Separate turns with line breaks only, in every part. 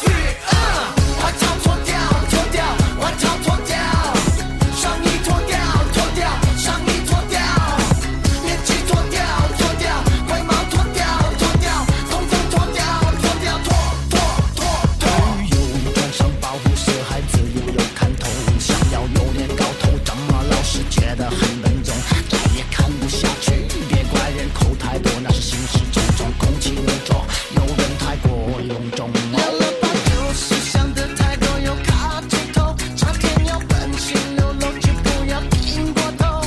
three, uh. 外套脱掉，脱掉，外套脱掉，上衣脱掉，脱掉，上衣脱掉，面具脱掉，脱掉，外毛脱掉，脱掉，通通脱掉，脱掉，脱脱脱脱。
鱼有穿上保护色，孩子又有看头，想要有点搞头，长么老师觉得很笨重，再也看不下去，别怪人口太多，那是心事重重，空气污浊，有人太过臃肿。
聊了吧，就是想的太多，又卡住头，差点要本性流露，却不要硬过头。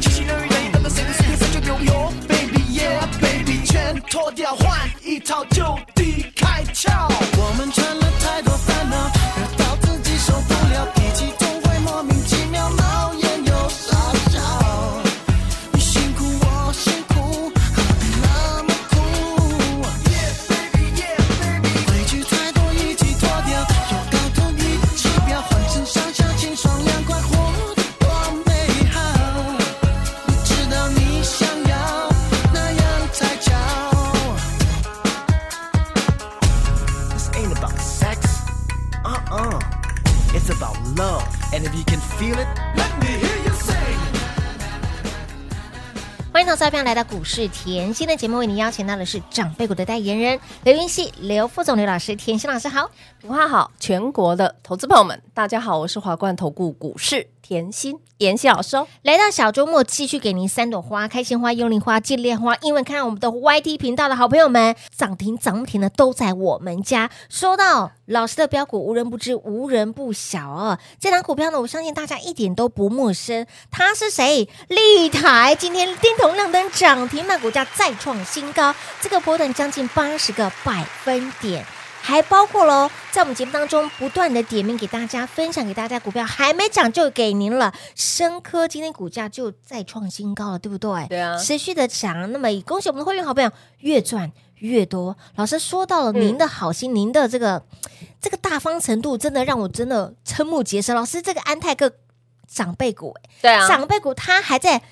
其实人与人的谁是谁就拥有，baby yeah baby，全脱掉换一套就地开窍。我们穿了太多烦恼，惹到自己受不了，脾气总会莫名其妙冒烟又烧焦。你辛苦我辛苦，何必那么苦规矩太多一起脱掉，有高头一起飙，浑身上下清爽凉快，活得多美好。你知道你想要那样才叫。
This ain't about sex, uh uh, it's about love, and if you can feel it.
Let me hear you sing.
欢迎投资者朋友来到股市甜心的节目，为您邀请到的是长辈股的代言人刘云熙、刘副总、刘老师、甜心老师好。
不怕好，全国的投资朋友们，大家好，我是华冠投顾股市甜心妍希老师哦。
来到小周末，继续给您三朵花：开心花、幽灵花、纪念花。因为看到我们的 YT 频道的好朋友们，涨停涨不停的都在我们家。说到老师的标股，无人不知，无人不晓哦。这档股票呢，我相信大家一点都不陌生。它是谁？立台今天叮咚亮灯涨停，那股价再创新高，这个波段将近八十个百分点。还包括喽，在我们节目当中不断的点名给大家分享给大家股票，还没涨就给您了。深科今天股价就再创新高了，对不对？
对啊
持续的涨。那么也恭喜我们的会员好朋友越赚越多。老师说到了您的好心，您的这个这个大方程度，真的让我真的瞠目结舌。老师，这个安泰克长辈股、哎
对啊
长辈股它还在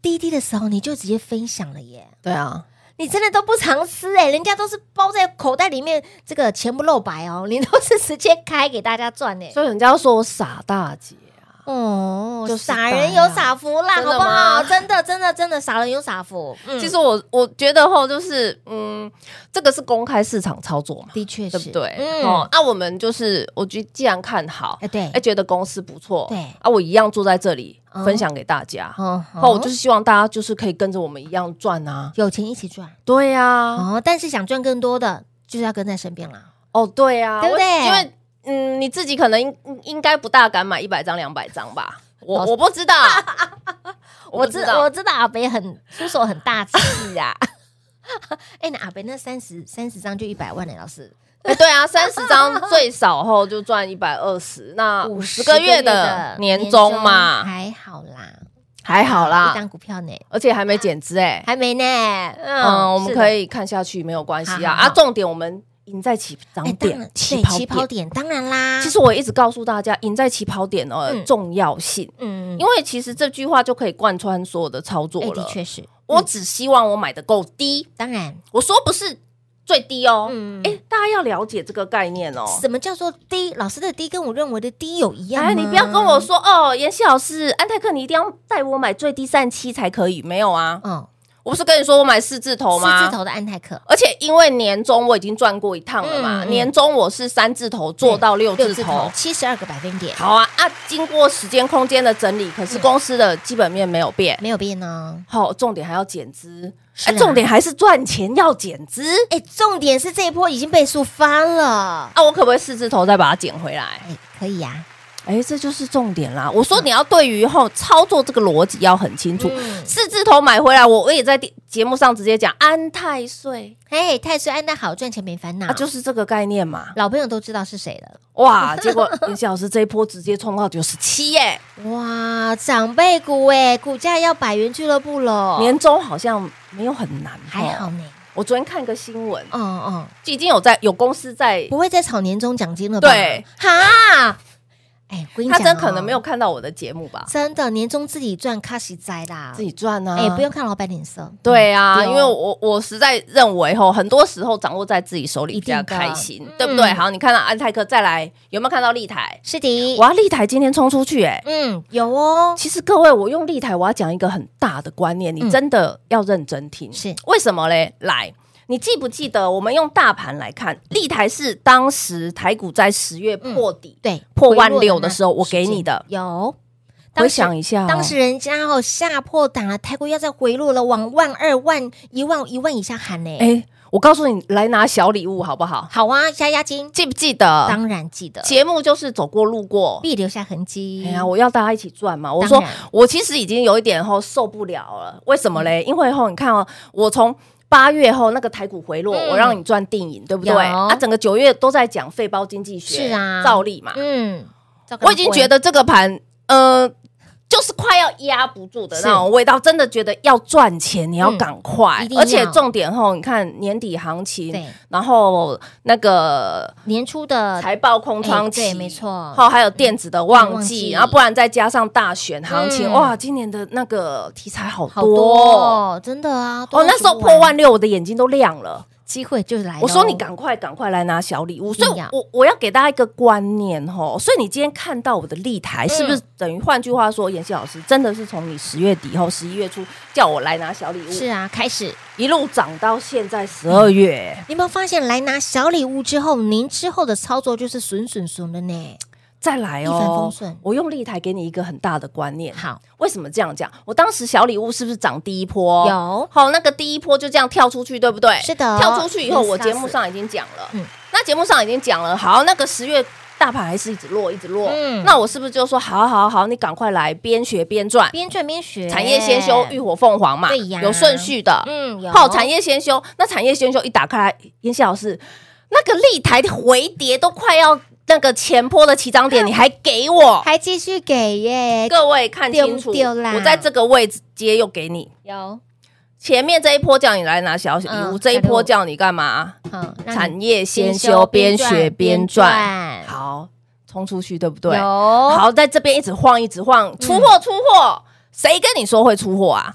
低低的时候，你就直接分享了耶。
对啊，
你真的都不藏私哎、人家都是包在口袋里面，这个钱不露白哦，你都是直接开给大家赚哎、
所以人家说我傻大姐啊，
哦，
就是
傻人有傻福啦，
真
好
的
不好？
吗
真的，真的，真的，傻人有傻福。嗯，
其实我我觉得哈，就是嗯，这个是公开市场操作嘛，
的确是，
对不对？
嗯，
哦，那、我们就是，我觉得既然看好，
哎，对
哎，，觉得公司不错，
对
啊，我一样坐在这里
哦
分享给大家。
哦，
哦，我就是希望大家就是可以跟着我们一样赚啊，
有钱一起赚
对啊，
哦，但是想赚更多的，就是要跟在身边啦。
哦，对啊，
对不
我
对
因为嗯，你自己可能应应该不大敢买一百张、两百张吧。我我不 知道，
我
不
知我知道阿北很出手很大气啊。 哎，那阿北那三十三十张就一百万呢，老师
哎对啊，三十张最少后就赚一百二十，那
啊
五十个月的年终嘛，
还好啦，
还好
一
啦，
张股票呢，
而且还没减资哎。
还没呢。嗯
嗯，我们可。以看下去没有关系啊
好好好
啊，重点我们赢在起涨
哎，当然
点，，
对，
跑
起跑
点。
点当然啦。
其实我一直告诉大家，赢在起跑点的
嗯
重要性，
嗯，
因为其实这句话就可以贯穿所有的操作
哎，
了
的。确是，
我只希望我买的够低，
当然，
我说不是最低哦。
嗯，
哎，大家要了解这个概念哦。
什么叫做低？老师的低跟我认为的低有一样吗
哎，你不要跟我，说哦，妍希老师，安泰克你一定要带我买最低三七才可以，没有啊？
哦，
我不是跟你说我买四字头吗？
四字头的安泰克，
而且因为年终我已经赚过一趟了嘛，
嗯嗯
年终我是三字头做到六字头。
七十二个百分点，
好啊啊！经过时间空间的整理，可是公司的基本面没有变。
没有变哦呢。
好、重点还要减资，
嗯是
哎、
啊
重点还是赚钱要减资。
哎，重点是这一波已经倍数翻了，
啊，我可不可以四字头再把它捡回来？
哎，可以呀，
哎，这就是重点啦！我说你要对于后操作这个逻辑要很清楚。
嗯
四字头买回来，我我也在低节目上直接讲安泰税
哎，太岁安的好，赚钱没烦恼，
啊，就是这个概念嘛。
老朋友都知道是谁了。
哇，结 果林夕老师这一波直接冲到九十七耶，
哇，长辈股哎，股价要百元俱乐部喽，
年终好像没有很难，哦
还好。呢。
我昨天看个新闻，
哦哦，
已经有在有公司在，
不会再炒年终奖金了吧？
对，
哈，哎，我跟你
他
讲，
真可能没有，看到我的节目吧，
真的年终自己赚，卡西栽啦，
自己赚啊，
哎，不用。看老板脸色，
对啊，
嗯
因为我我实在认为吼，很多时候掌握在自己手里
一
比
定
较
的
开心，对不对？
嗯
好，你看到安泰克再来，有没有看到立台？
是的，
哇，立台今天冲出去哎、
嗯，有哦，
其实各位，我用立台，我要讲一个很大的观念，你
嗯
真的要认真听。
是
为什么嘞？来，你记不记得我们用大盘来看，立台是当时台股在十月破底、
对，
破
回
万
落
六
那
的时候，我给
时
你
间
的。
有，
回
当时
想一下哦、
当时人家哦吓破胆了，泰国要再回落了，往万二万一万一万以下喊呢。
哎、我告诉你，来拿小礼物好不好？
好啊，加押金，
记不记得？
当然记得，
节目就是走过路过。
必留下痕迹。
哎呀，我要大家一起赚嘛！我
嗯当
说
然
我其实已经有一点后受不了了，为什么嘞？
嗯
因为后你看哦，我从八月后那个台股回落，
嗯
我让你赚定影，对不对？
有
啊，整个九月都在讲肺包经济学，
是啊
照例嘛。
嗯，照跟
我已经
他
觉得这个盘，呃，就是快要压不住的那种味道，真的觉得要赚钱，你要
嗯
赶快
一，定
而且
要
重点后，你看年底行情
对，
然后那个
年初的
财报空窗
哎
期，
对没错嗯
好，还有电子的旺
旺
季，
季
然后不然再加上大选行情，
嗯
哇，今年的那个题材好
好
多
多
哦。
哦，真的啊，
哦，
都在
那时候
数
破
完
万六，我的眼睛都亮了。
机会就来了。哦
我说你赶快赶快来拿小礼物，
一
所
定
以
要
我我要给大家一个观念吼，所以你今天看到我的立台，是不
嗯
是等于换句话说，妍希老师真的是从你十月底后十一月初叫我来拿小礼物，
是啊，开始。
一路涨到现在十二月，
你有没有发现来拿小礼物之后，您之后的操作就是损损损了呢？
再来
一帆
哦
风顺，
我用立台给你一个很大的观念，
好，
为什么这样讲？我当时小礼物是不是涨第一波？
有
好，那个第一波就这样跳出去，对不对？
是的
跳出去以后，
Yes，
我节目上已经讲了。
嗯
那节目上已经讲了。好，那个十月大盘还是一直落，一直落。
嗯
那我是不是就说，好好好，你赶快来，边学边赚，
边赚边学，
产业先修，浴火凤凰嘛，
对呀
有顺序的。
嗯，有
好，产业先修，那产业先修一打开来，妍希老师，那个立台回跌都快要那个前坡的起涨 点，你还给我？
还继续给耶，
各位看清楚，
哎丢丢啦
我在这个位置接又给你。
有，
前面这一波叫你来拿小礼物，
嗯
这一波叫你干嘛？
嗯，让你
产业先修，边学边赚。，好，冲出去，对不对？
有嗯
好，在这边一直晃，一直晃，出货，出货。谁跟你说会出货啊？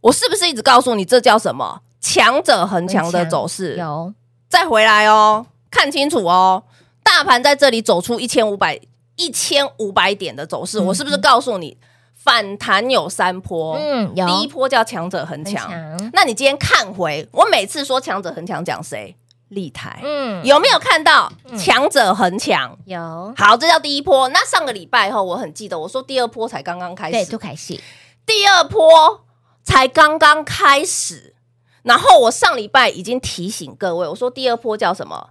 我是不是一直告诉你这叫什么？强者恒强的走势。
有
再回来哦，看清楚哦，大盘在这里走出一千五百一千五百点的走势，我是不是告诉你反弹有三波？
嗯有
第一波叫强者恒
很
强。
强，
那你今天看回我每次说强者恒强讲谁？立台、
嗯
有没有看到强者恒强？
有
好，这叫第一波。那上个礼拜后，我很记得我说第二波才刚刚开
对
始
杜，凯西
第二波才刚刚开始。然后我上礼拜已经提醒各位，我说第二波叫什么？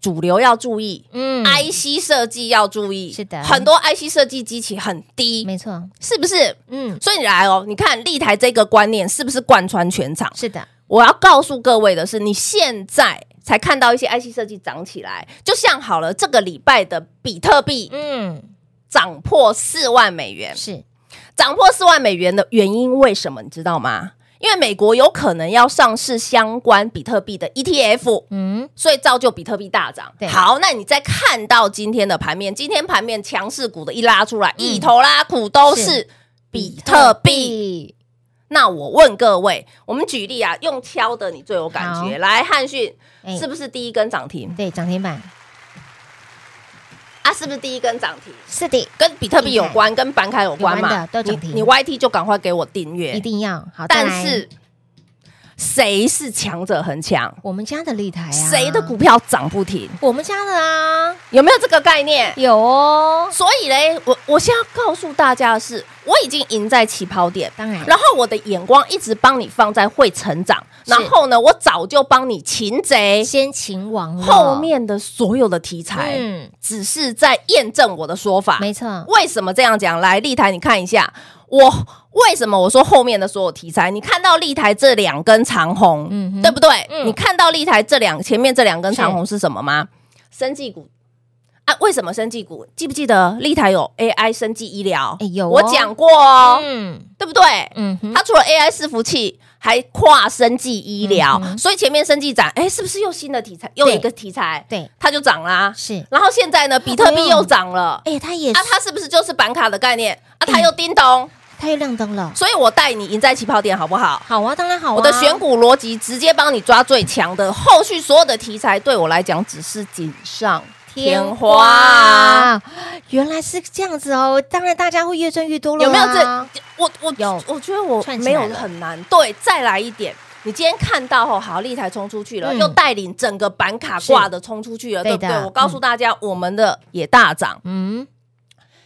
主流要注意、
嗯
i c 设计要注意，
是的
很多 IC 设计机器很低，
没错，
是不是？
嗯
所以你来哦，你看立台这个观念是不是贯穿全场？
是的，
我要告诉各位的是，你现在才看到一些 IC 设计涨起来，就像好了，这个礼拜的比特币
嗯
涨破四万美元，
是
涨破四万美元的原因为什么？你知道吗？因为美国有可能要上市相关比特币的 ETF，
嗯
所以造就比特币大涨
对。
好，那你再看到今天的盘面，今天盘面强势股的一拉出来，一头拉股都是
嗯是
比特币。
币
那我问各位，我们举例啊，用敲的你最有感觉。
好
来，汉讯
哎
是不是第一根涨停
对涨停板
啊？是不是第一根涨停？
是的，
跟比特币有关，跟板卡有关
有
嘛
关的？都
你
涨停
你 YT 就赶快给我订阅
一。定要好，再
但
来
是谁是强者恒强？
我们家的立台啊，
谁的股票涨不停？
我们家的啊
有没有这个概念？
有哦，
所以嘞，我我现在要告诉大家的是，我已经赢在起跑点，
当然
然后我的眼光一直帮你放在会成长，
是
然后呢，我早就帮你擒贼，
先秦王了
后面的所有的题材，
嗯，
只是在验证我的说法。
没错，
为什么这样讲？来，立台，你看一下，我为什么我说后面的所有题材？你看到立台这两根长红，
嗯哼
对不对？
嗯
你看到立台这两前面这两根长红是什么吗？生技股。啊，为什么生技股？记不记得立台有 AI 生技医疗？
哎有哦
我讲过哦，
嗯
对不对？
嗯哼，
它除了 AI 伺服器，还跨生技医疗，
嗯哼
所以前面生技涨，哎，是不是又新的题材，又有一个题材，
对，
它就涨啦、
是，
然后现在呢，比特
哦
币又涨了，
哎，他也
啊，它是不是就是板卡的概念啊？它又 叮咚，
他又亮灯了，
所以我带你赢在起跑点，好不好？
好啊，当然好啊，
我的选股逻辑直接帮你抓最强的，后续所有的题材对我来讲只是锦上添花。，
原来是这样子哦，当然大家会越赚越多了，
有没有这？我我
有
我觉得我
串起
没
来
有
了
很难。对，再来一点。你今天看到哦，好，立台冲出去了，
嗯
又带领整个板卡挂的冲出去了，
对的
对不对？我告诉大家，我们的也大涨，
嗯，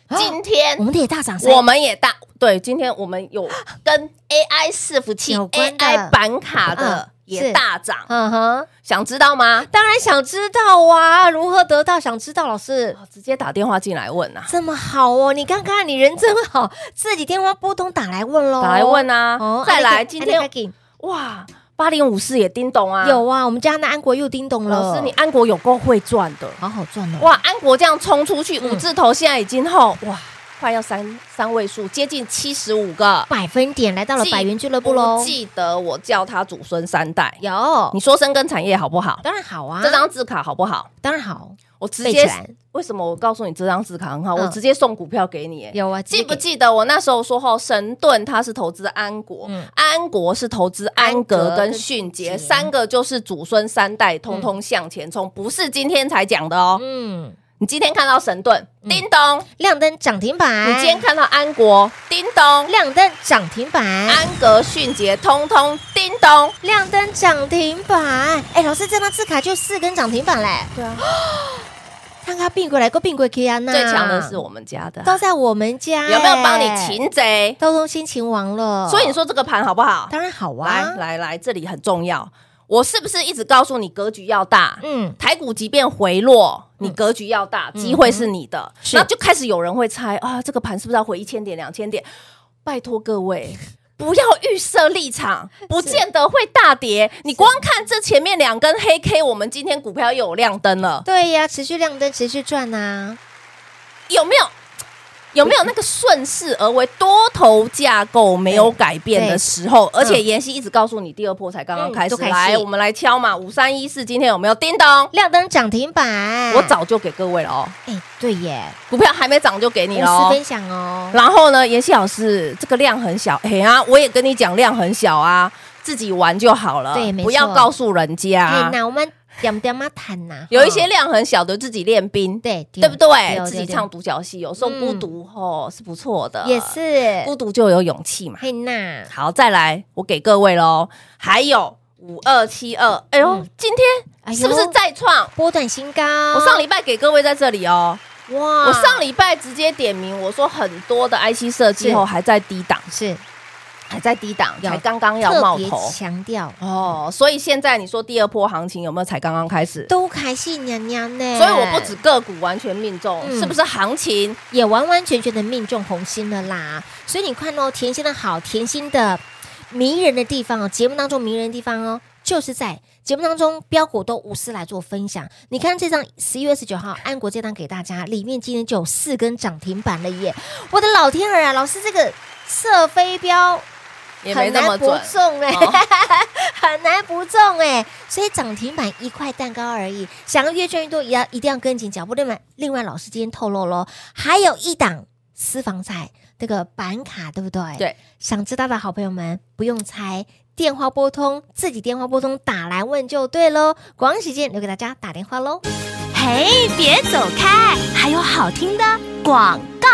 啊
今天
我们的也大涨，
我们也大对，今天我们有跟 AI 伺服器、
有关的
AI 板卡的
嗯是
也大涨，
嗯哼，
想知道吗？
当然想知道啊，如何得到？想知道老师
哦直接打电话进来问啊，
这么好哦，你看看你人真好， 自己电话拨通打来问喽，
打来问啊，再
啊那
来
个
今
啊那
天
个给
哇，八零五四也叮咚啊，
有啊，我们家那安国又叮咚了，
老师你安国有够会赚的，
好好赚哦，
哇，安国这样冲出去五字头，现在已经后哇，快要三三位数，接近七十五个，
百分点来到了
记
百元俱乐部喽，
记得我叫他祖孙三代，
有
你，说深耕产业好不好？
当然好啊，
这张字卡好不好？
当然好，
我直
背起
接
来
为什么我告诉你这张字卡很好？
嗯
我直接送股票给你、欸。
有啊，直接
记不
给？
记得我那时候说后，神盾它是投资安国，
嗯
安国是投资安
安
格
格
跟
跟
迅捷，
捷
三个就是祖孙三代通通向前冲，不是今天才讲的哦。
嗯，啊
你今天看到神盾，叮咚；
亮灯涨停板，
你今天看到安国，叮咚；
亮灯涨停板，
安格、迅捷通通叮咚。
亮灯涨停板。哎，老师，这张字卡就四根涨停板嘞。
对 啊，
看看并过来，够并过 K 啊，那
最强的是我们家的啊，
都在我们家，
有没有帮你
哎？哦
擒贼？
都通新秦王了，
所以你说这个盘好不好？
当然好
来
啊，
来来，这里很重要。我是不是一直告诉你格局要大？
嗯，
台股即便回落，你格局要大，机会是你的。
嗯是
那就开始有人会猜啊，这个盘是不是要回一千点、两千点？拜托各位。 不要预设立场，不见得会大跌。你光看这前面两根黑 K，我们今天股票又有亮灯了，
对呀，持续亮灯，持续赚啊呐，
有没有？有没有那个顺势而为、多头架构没有改变的时候？而且妍希一直告诉你，第二波才刚刚开
嗯嗯都
始。
开始
来，我们来敲嘛，五三一四今天有没有叮咚？
亮灯涨停板，
我早就给各位了哦，
哎，对耶，
股票还没涨就给你
无
了
私
哦。
分享哦，
然后呢，妍希老师，这个量很小，哎呀，我也跟你讲量很小啊，自己玩就好了，
对没错
不要告诉人
哎
家，。
那我们点点嘛谈呐，
啊有一些量很小的自己练兵，
嗯对
对不对？自
自己
己
唱
唱独角戏，有时候
嗯
孤独哦是不错的，
也是，
孤独就有勇气嘛。
嘿娜，
好，再来，我给各位喽。还有五二七二，哎呦，
嗯
今天
哎呦
是不是再创？
波段新高？
我上礼拜给各位在这里哦，
哇
我上礼拜直接点名，我说很多的 IC 设计
是
后还在低档，
是
还在低档，
有
才刚刚要
特
冒
别
头
强调
哦。所以现在你说第二波行情有没有才刚刚开始？
都开心娘娘呢，
所以我不止个股完全命中，
嗯
是不是行情？
也完完全全的命中红心了啦。所以你看哦，甜心的好，甜心的迷人的地方哦，节目当中迷人的地方哦，就是在节目当中标股都无私来做分享。你看这张十一月十九号安国这张给大家，里面今天就有四根涨停板了耶！我的老天儿啊，老师这个射飞镖
也没
很
那么
难不
准，
中哎、
哦
很难不中哎、所以涨停板一块蛋糕而已，想要越赚越多，也要一定要跟紧脚步。另外，另外老师今天透露喽，还有一档私房菜，这个板卡对不对？
哦 对，
想知道的好朋友们不用猜。电话拨通，自己电话拨通，打来问就对喽。广告时间留给大家打电话喽。
嘿，别走开，还有好听的广告。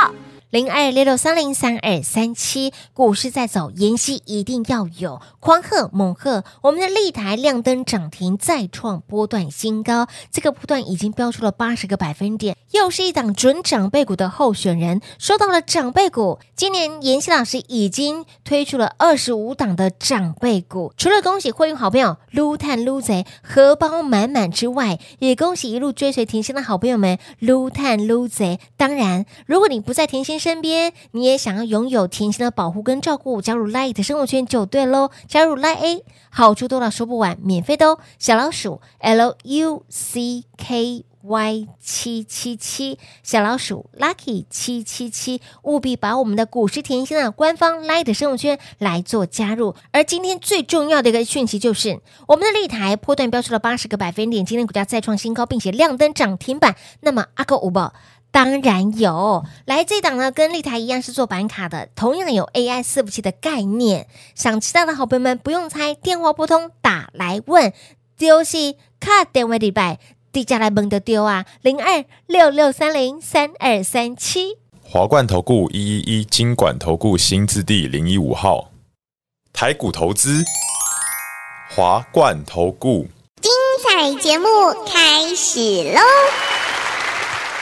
零二六六三零三二三七。股市在走，妍希一定要有狂贺猛贺，我们的立台亮灯涨停，再创波段新高，这个波段已经标出了八十个百分点，又是一档准长辈股的候选人。说到了长辈股，今年妍希老师已经推出了二十五档的长辈股，除了恭喜会员好朋友撸探撸贼荷包满满之外，也恭喜一路追随甜心的好朋友们撸探撸贼。当然，如果你不在甜心身边，你也想要拥有甜心的保护跟照顾，加入 Line 的生活圈就对喽。加入 Line A，好处多了说不完，免费的哦。小老鼠 L U C K。Y 七七七小老鼠 Lucky 七七七，务必把我们的股市甜心的官方 Light 的生活圈来做加入。而今天最重要的一个讯息就是，我们的立台波段标出了八十个百分点，今天股价再创新高，并且亮灯涨停板。那么阿哥五宝。当然有，来这档呢，跟立台一样是做板卡的，同样有 AI 伺服器的概念。想知道的好朋友们不用猜，电话拨通打来问，就是卡电话礼拜，低价来蒙的丢啊，零二六六三零三二三七。
华冠投顾一一一金管投顾新字第零一五号，台股投资，华冠投顾。
彩节目开始喽！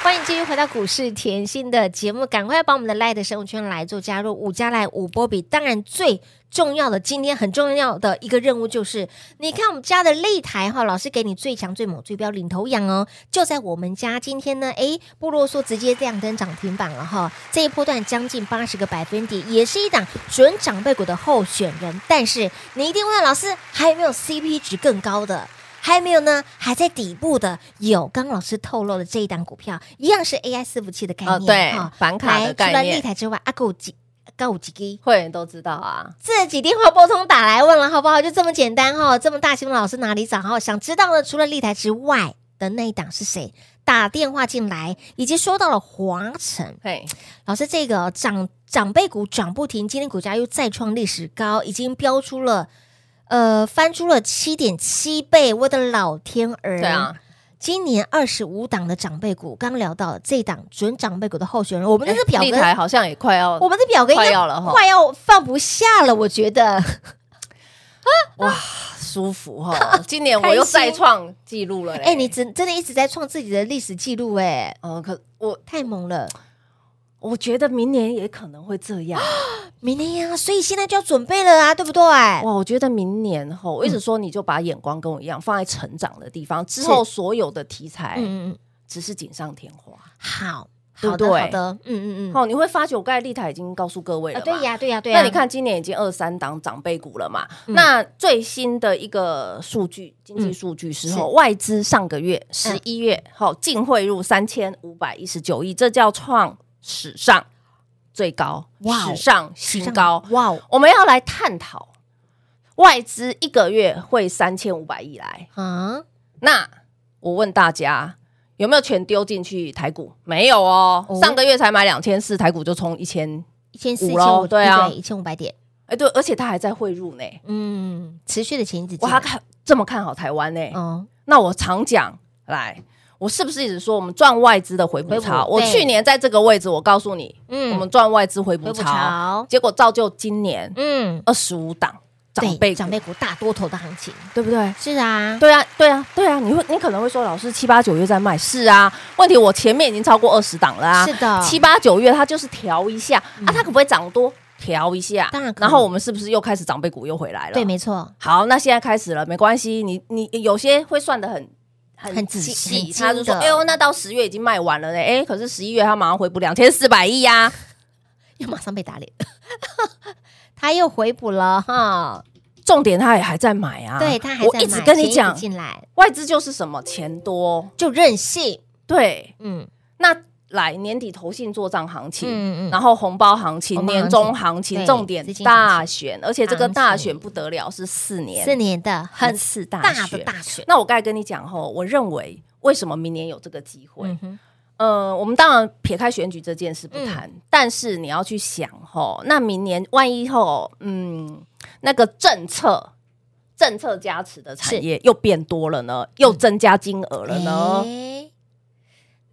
欢迎继续回到股市甜心的节目，赶快把我们的 Light 生活圈来做加入，五加来五波比。当然，最重要的今天很重要的一个任务就是，你看我们家的擂台哈，老师给你最强、最猛、最标领头羊哦，就在我们家。今天呢，诶，布洛说直接亮灯涨停板了哈，这一波段将近八十个百分点，也是一档准长辈股的候选人。但是你一定问老师，还有没有 CP 值更高的？还没有呢，还在底部的有，刚刚老师透露的这一档股票，一样是 AI 伺服器的概念，
哦对板卡的
来
概
除了
念
立台之外，阿狗几够几个？
会员都知道啊，
自己电话拨通打来问了，好不好？就这么简单哈、哦，这么大新闻老师哪里找哈？想知道的除了立台之外的那一档是谁？打电话进来，以及说到了华晨
嘿，
老师，这个长长辈股涨不停，今天股价又再创历史高，已经飙出了呃翻出了七点七倍，我的老天儿！
对啊，
今年二十五档的长辈股，刚聊到这档准长辈股的候选人，我们那个表
立
格
台好像也快要
我们的表格应该
快要了哈
快要放不下了，我觉得。
啊舒服哈，今年我又再创纪录了嘞，
哎、你真真的一直在创自己的历史记录，哎，
呃，可我
太猛了！
我觉得明年也可能会这 样，
明天呀、所以现在就要准备了啊，对不对？
哇，我觉得明年后，我一直说你就把眼光跟我一样放在成长的地方，之后所有的题材
嗯嗯嗯，
只是锦上添花。
好，
对
好
不
的，
对
好的，嗯嗯嗯，
哦，你会发觉我刚才丽塔已经告诉各位了
啊，嗯
嘛
对呀，对呀，对呀。
那你，看，今年已经二三档长辈股了嘛？那最新的一个数据，经济数据是
嗯
后，外资上个月十一月后净汇入三千五百一十九亿，这叫创史上最高，
哇哦
史上新高。
哇哦，
我们要来探讨外资一个月汇三千五百亿来，
啊，
那我问大家。有没有全丢进去台股？没有哦，
哦
上个月才买两千四，台股就冲一千，
一千四
五
千
咯
五，
对啊
一千五百点，
哎，对，而且它还在汇入呢。
嗯，持续的前几
我还看这么看好台湾呢、
哦，
那我常讲，来，我是不是一直说我们赚外资的回补潮？
回补
我
对
去年在这个位置，我告诉你，
嗯
我们赚外资回补
回不
潮，
潮，
结果造就今年
嗯，
二十五档长
对
辈股
长辈股大多头的行情，
对不对？
是啊，
对啊，对啊，对啊！你会，你可能会说，老师七八九月在卖，是啊。问题我前面已经超过二十档了啊，
是的嗯
七八九月它就是调一下、啊，它可不可以涨多？调一下，
当然可以
然后我们是不是又开始长辈股又回来了？
对，没错，
好，那现在开始了，没关系。你你有些会算的很很
很仔
细
细
他就
精
说：“
的
哎呦，那到十月已经卖完了呢。哎，可是十一月他马上回补两千四百亿啊呀。
又马上被打脸， 他又回补了哈。
重点他也还在买啊，
对他还在
我一直跟
买
你
钱
讲，
进来
外资就是什么钱多，
就任性，
对，
嗯，
那。”来年底投信做账行情，
嗯嗯嗯
然后红包行情、
红包行情
年终行情，
对
重点
资金
大
行
选，而且这个
行情
大选不得了，是四年，
四年的很
一次大
大
选
的大选，
那我刚才跟你讲吼，我认为为什么明年有这个机会？
嗯哼，
呃，我们当然撇开选举这件事不
嗯
谈，但是你要去想吼，那明年万一后，嗯，那个政策政策加
嗯
持的产业又变多了呢，又增加金额了呢，
诶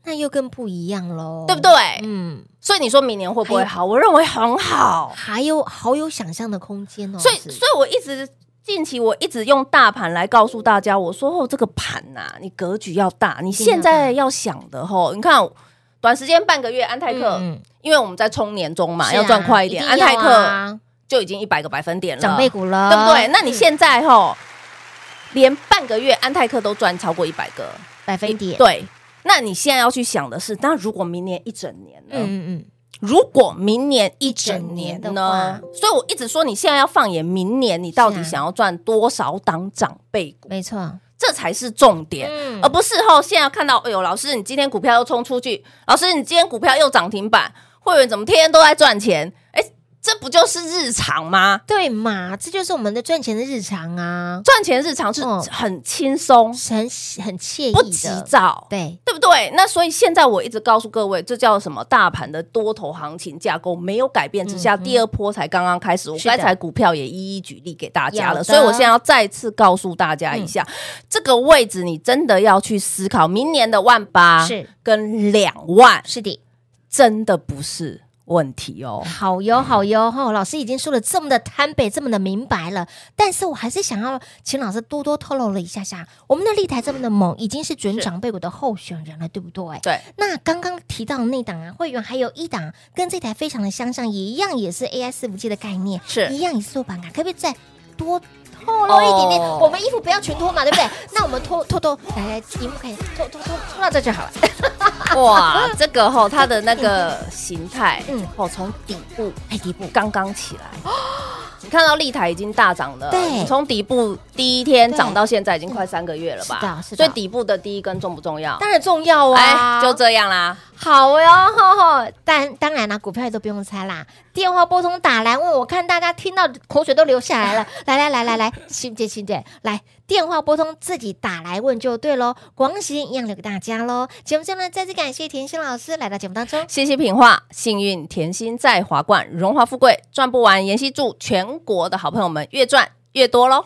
那又更不一样喽，
对不对？
嗯，
所以你说明年会不会
还有
好？我认为很好。
还有好有想象的空间哦。
所以，
是
所以我一直近期我一直用大盘来告诉大家，我说哦，这个盘呐、你格局要大，你
定要
现在要想的吼，你看短时间半个月，安泰克，
嗯嗯
因为我们在冲年终嘛，
是啊
要赚快一点，
定
安泰
要
克
啊
就已经一百个百分点了，
长辈股了，
对不对？那你
嗯
现在吼，连半个月安泰克都赚超过一百个
百分点，
对。那你现在要去想的是，那如果明年一整年呢？
嗯嗯
如果明年一整
一整
年
年的
呢？所以我一直说，你现在要放眼明年，你到
是
底
啊
想要赚多少档长辈
嗯，
股，
没错，
这才是重点。
嗯
而不是后现在看到，哎呦，老师，你今天股票又冲出去，老师，你今天股票又涨停板，会员怎么天天都在赚钱？哎，这不就是日常吗？
对嘛，这就是我们的赚钱的日常啊，
赚钱日常是
嗯
很轻松，
是很很惬意的，
不急躁，
对，
对不对？那所以现在我一直告诉各位，这叫什么？大盘的多头行情架构没有改变之下，第二波才刚刚开始。我
嗯是的啊
刚才股票也一一举例给大家
有的
了，所以我现在要再次告诉大家一
嗯
下，这个位置你真的要去思考，明年的万八
是
跟两万
是的，
真的不是问题哦。
好哟好哟吼，老师已经说的这么的摊北，这么的明白了，但是我还是想要请老师多多透露了一下下，我们的立台这么的猛，已经是准
是
长辈股的候选人了，对不对？
对，
那刚刚提到的那档啊，会员还有一档跟这台非常的相像，也一样也是 AI 伺服器的概念，
是
一样也是做板卡，可不可以再多透露一点点？
哦
我们衣服不要全脱嘛，对不对？那我们脱脱脱，来来，荧幕可以脱脱脱脱到这就好了。
哇，这个吼、它的那个形态，
嗯
嗯，哦，从底部
哎，底部
刚刚起来。你看到立台已经大涨了，
对
你从底部第一天
对
涨到现在已经快三个月了
是
吧
的？是的
所以底部的第一根重不重要？
当然重要啊，
哎，就这样啦。
好哟，吼吼。但当然啦，股票也都不用猜啦。电话拨通打来问，我看大家听到口水都流下来了。 来来来来来，欣姐欣姐，来电话拨通自己打来问就对喽。广告时间一样留给大家喽。节目最后呢，再次感谢甜心老师来到节目当中。
谢谢品画，幸运甜心在华冠，荣华富贵赚不完。妍希祝全国的好朋友们越赚越多喽！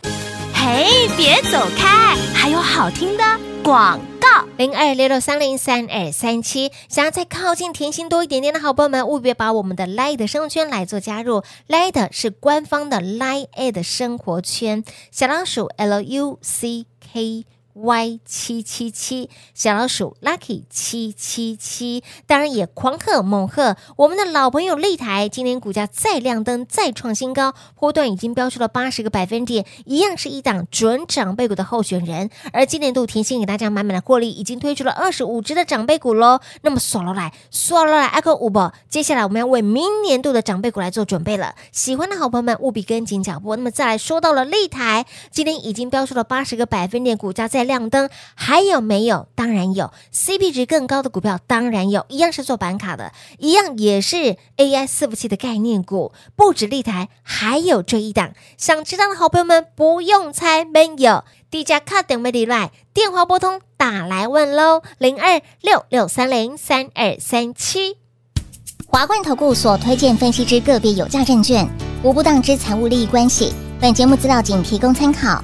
嘿，别走开，还有好听的广告。
零二六六三零三二三七。想要再靠近甜心多一点点的好朋友们，务必把我们的 Light 的生活圈来做加入，Light 是官方的 Light 的生活圈，小老鼠 L U C K。Y 七七七小老鼠 Lucky 七七七，当然也狂贺猛贺我们的老朋友擂台，今天股价再亮灯，再创新高，波段已经飙出了八十个百分点，一样是一档准长辈股的候选人。而今年度甜心给大家满满的获利，已经推出了二十五只的长辈股喽。那么索罗来，索罗来艾克五宝，接下来我们要为明年度的长辈股来做准备了。喜欢的好朋友们务必跟紧脚步。那么再来说到了擂台，今天已经标出了八十个百分点，股价在亮灯，还有没有？当然有，CP 值更高的股票当然有，一样是做板卡的，一样也是 AI 伺服器的概念股，不止立台，还有这一档。想知道的好朋友们不用猜，没有低价卡等没例外，电话拨通打来问喽，零二六六三零三二三七。
华冠投顾所推荐分析之个别有价证券，无不当之财务利益关系。本节目资料仅提供参考，